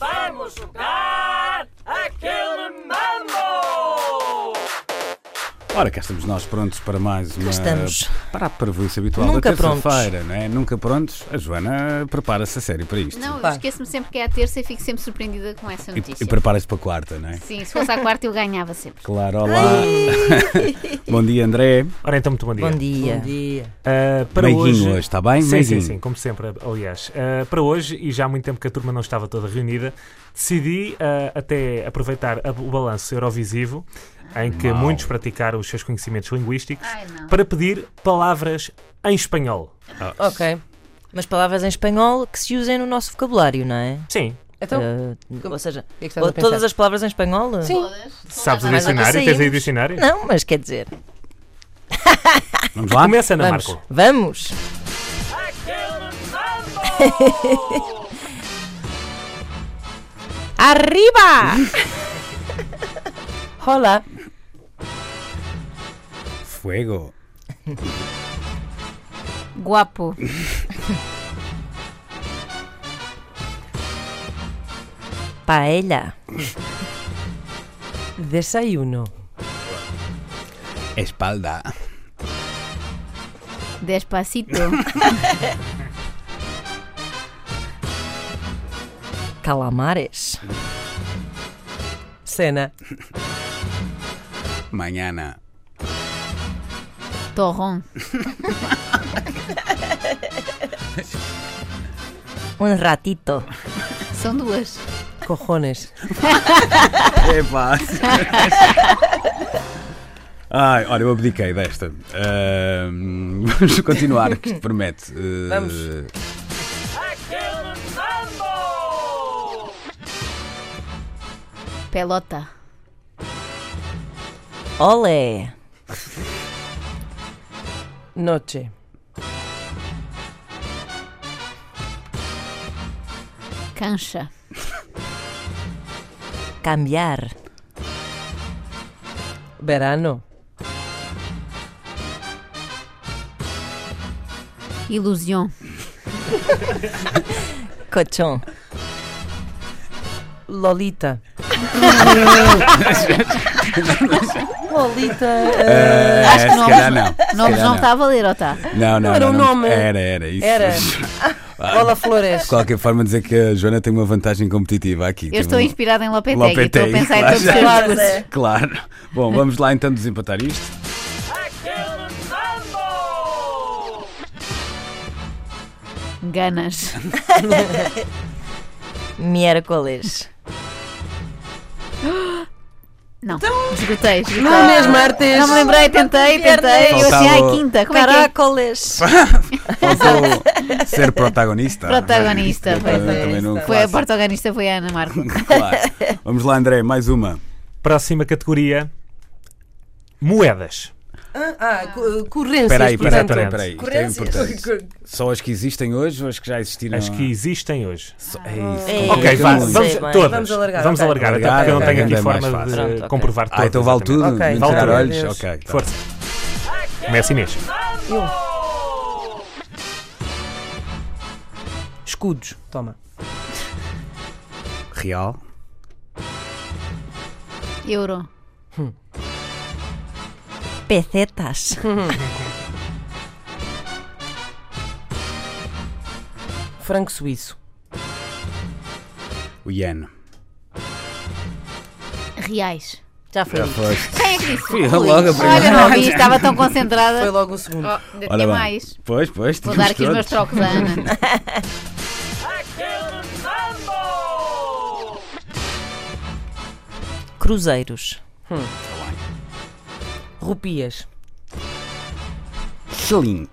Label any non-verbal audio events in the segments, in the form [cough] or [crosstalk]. Vamos jogar aquele mambo! Ora, cá estamos nós prontos para mais uma. estamos. Para a parvoíce habitual Nunca da terça-feira, não é? Nunca prontos. A Joana prepara-se a sério para isto. Não, eu Pá. esqueço-me sempre que é a terça e fico sempre surpreendida com essa E, notícia. e prepara-se para a quarta, não é? Sim, se fosse à quarta eu ganhava sempre. Claro, olá. [laughs] Bom dia, André. Ora então, muito bom dia. Bom dia. Ah, para Meiguinho hoje... hoje, está bem? Sim, sim, Meiguinho. sim, como sempre, aliás. Ah, para hoje, e já há muito tempo que a turma não estava toda reunida, decidi ah, até aproveitar a- o balanço Eurovisivo, em que Mau. muitos praticaram os seus conhecimentos linguísticos, Ai, não. para pedir palavras em espanhol. Ok. Mas palavras em espanhol que se usem no nosso vocabulário, não é? Sim, Então, o Eh, ou seja, que é que estás a pensar? todas as palavras em espanhol? Sim. Todas, todas sabes o as- dicionar? dicionário? Tens aí o saímos. dicionário? Não, mas quer dizer, Vamos lá? Começa, Ana Vamos. Marco. [laughs] vamos. [laughs] Arriba! Hola, Fuego. Guapo. Paella. desayuno, É Espalda. Despacito. Calamares. cena, Mañana. Torrón. Um ratito. São duas. cojones, É fácil. Ai, olha, eu abdiquei desta. Ahm, vamos continuar, que isto promete. Eh, Vamos. Pelota. Olé. noche, Cancha. Cambiar. verano, Ilusão. Colchão. [laughs] Lolita. Lolita. eh, se não- calhar não. Se Nomes calhar não está a valer, tá. ou está? Não, não, era não, um não. nome. Era, era. Isso. Era. Ah, Lola De Flores. qualquer forma, dizer que a Joana tem uma vantagem competitiva aqui. um Eu estou Teve inspirada em Lopetegui. Tipo, Lopetegui, Estou a pensar em claro. todos os [laughs] seus Claro. cursos. um- Claro. Bom, vamos lá então desempatar isto. Ganas. Miércoles. Não. Esgotei, esgotei. Lunes, martes. Não me lembrei, tentei, tentei. Eu assim, ai, Faltava- quinta. Como é que é? Ah, Caracoles. [laughs] Faltou ser protagonista. Protagonista, pois é. Também não Foi a faço. protagonista, foi a Ana Marco. [laughs] Claro. Vamos lá, André, mais uma. Próxima categoria, moedas. Ah, cu- currências. Espera aí, por espera aí, peraí, exemplo. espera aí, espera aí. Isto peraí, é Currências. importante. Só as que existem hoje ou as que já existiram? As que existem hoje. Só- É isso. Ah. É Ok, que eu vá, não sei vamos, lembro. bem. todas. Vamos alargar, Vamos ok. alargar, até Alargar, porque eu não ok, ok, tenho aqui é mais forma de fácil. Pronto, ok. comprovar todas. Ah, então vale tudo? Ok. Vinte Vale tudo. olhos? Adeus. Ok. tá. Força. Começa Inês. Escudos. Toma. Real. Euro. Pesetas. Franco suíço. O Ian. Reais. Já foi. Já foste. Quem é que disse? Fui eu logo a Olha, primeira. não vi, estava tão concentrada. Foi logo um Oh, segundo. ainda Ora é tinha bem. mais. Pois, pois. Vou tínhamos dar aqui os meus todos. trocos [laughs] à Ana. Cruzeiros. Rupias. Selim.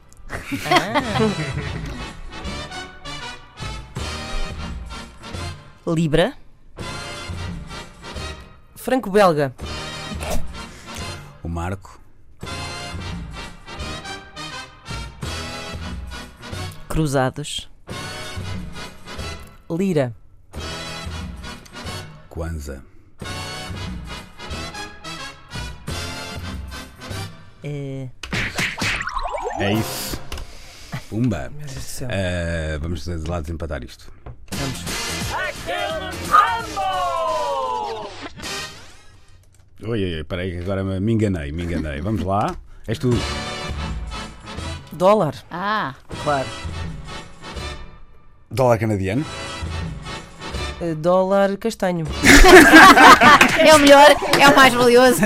Libra. Franco-belga. O Marco. Cruzados. Lira. Kwanza. Eh, É isso. Pumba. Meu Deus do céu. Eh, vamos de lá desempatar isto. Vamos. Mambo! Oi, oi, oi, peraí, que agora me me enganei, me enganei. Vamos lá. És tu. Dólar. Ah, Claro. Dólar canadiano. Eh, dólar castanho. é o melhor, é o mais valioso.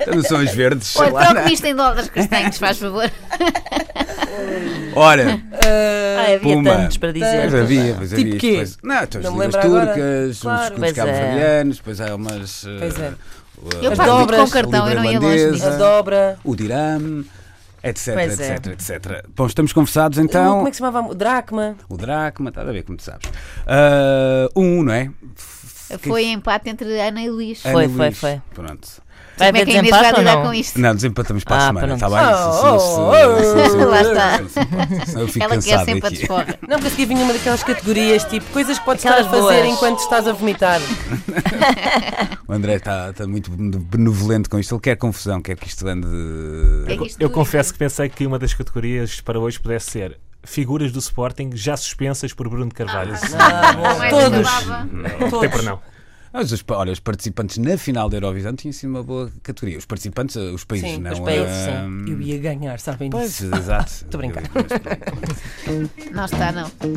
Então não são os verdes. sei Olha, lá. troque-me isto em dólares castanhos, faz favor. [laughs] Ora, é. Ah, havia Puma. tantos para pois dizer. havia, pois havia. Tipo quê? Depois, não, tu as Não me línguas lembro agora. turcas, Claro. os escudos Pois é. cabo-verdianos, depois há umas. eh, Pois é. Eu As parto muito dobras, com cartão, eu não ia longe libra-irlandesa. nisso. é. A dobra. Uh, o dirham, etc, Pois é. etc, etc. Bom, estamos conversados Então, então. como é que se chamava? Dracma. O dracma, está a ver como tu sabes. Ah, um, não é? Foi empate entre Ana e Luís. É. Foi, Ana foi, Luís. foi. Pronto. Vai Como é haver que a Inês vai desempate ou lidar com não? isto? Não, desempatamos para a Ah, semana, pronto. está bem? Oh, Senão se- oh, senão se- oh. Lá está. senão se- senão eu fico Ela quer cansado sempre a aqui. desforra. Não, porque a seguir vinha uma daquelas categorias, tipo, coisas que podes Aquelas estar a fazer boas. enquanto estás a vomitar. O André está, está muito benevolente com isto. Ele quer confusão, quer que isto ande. É que isto Eu tudo- confesso que pensei que uma das categorias para hoje pudesse ser figuras do Sporting já suspensas por Bruno de Carvalho. Não é Todos. desculpável. Não, tem para não. Mas Ah, os, pa- olha, os participantes na final da Eurovisão tinham sido uma boa categoria. Os participantes, eh, os países, Sim, não os países, ah, Eu ia ganhar, sabem disso. Pois, exato. Estou a brincar. Não está, não.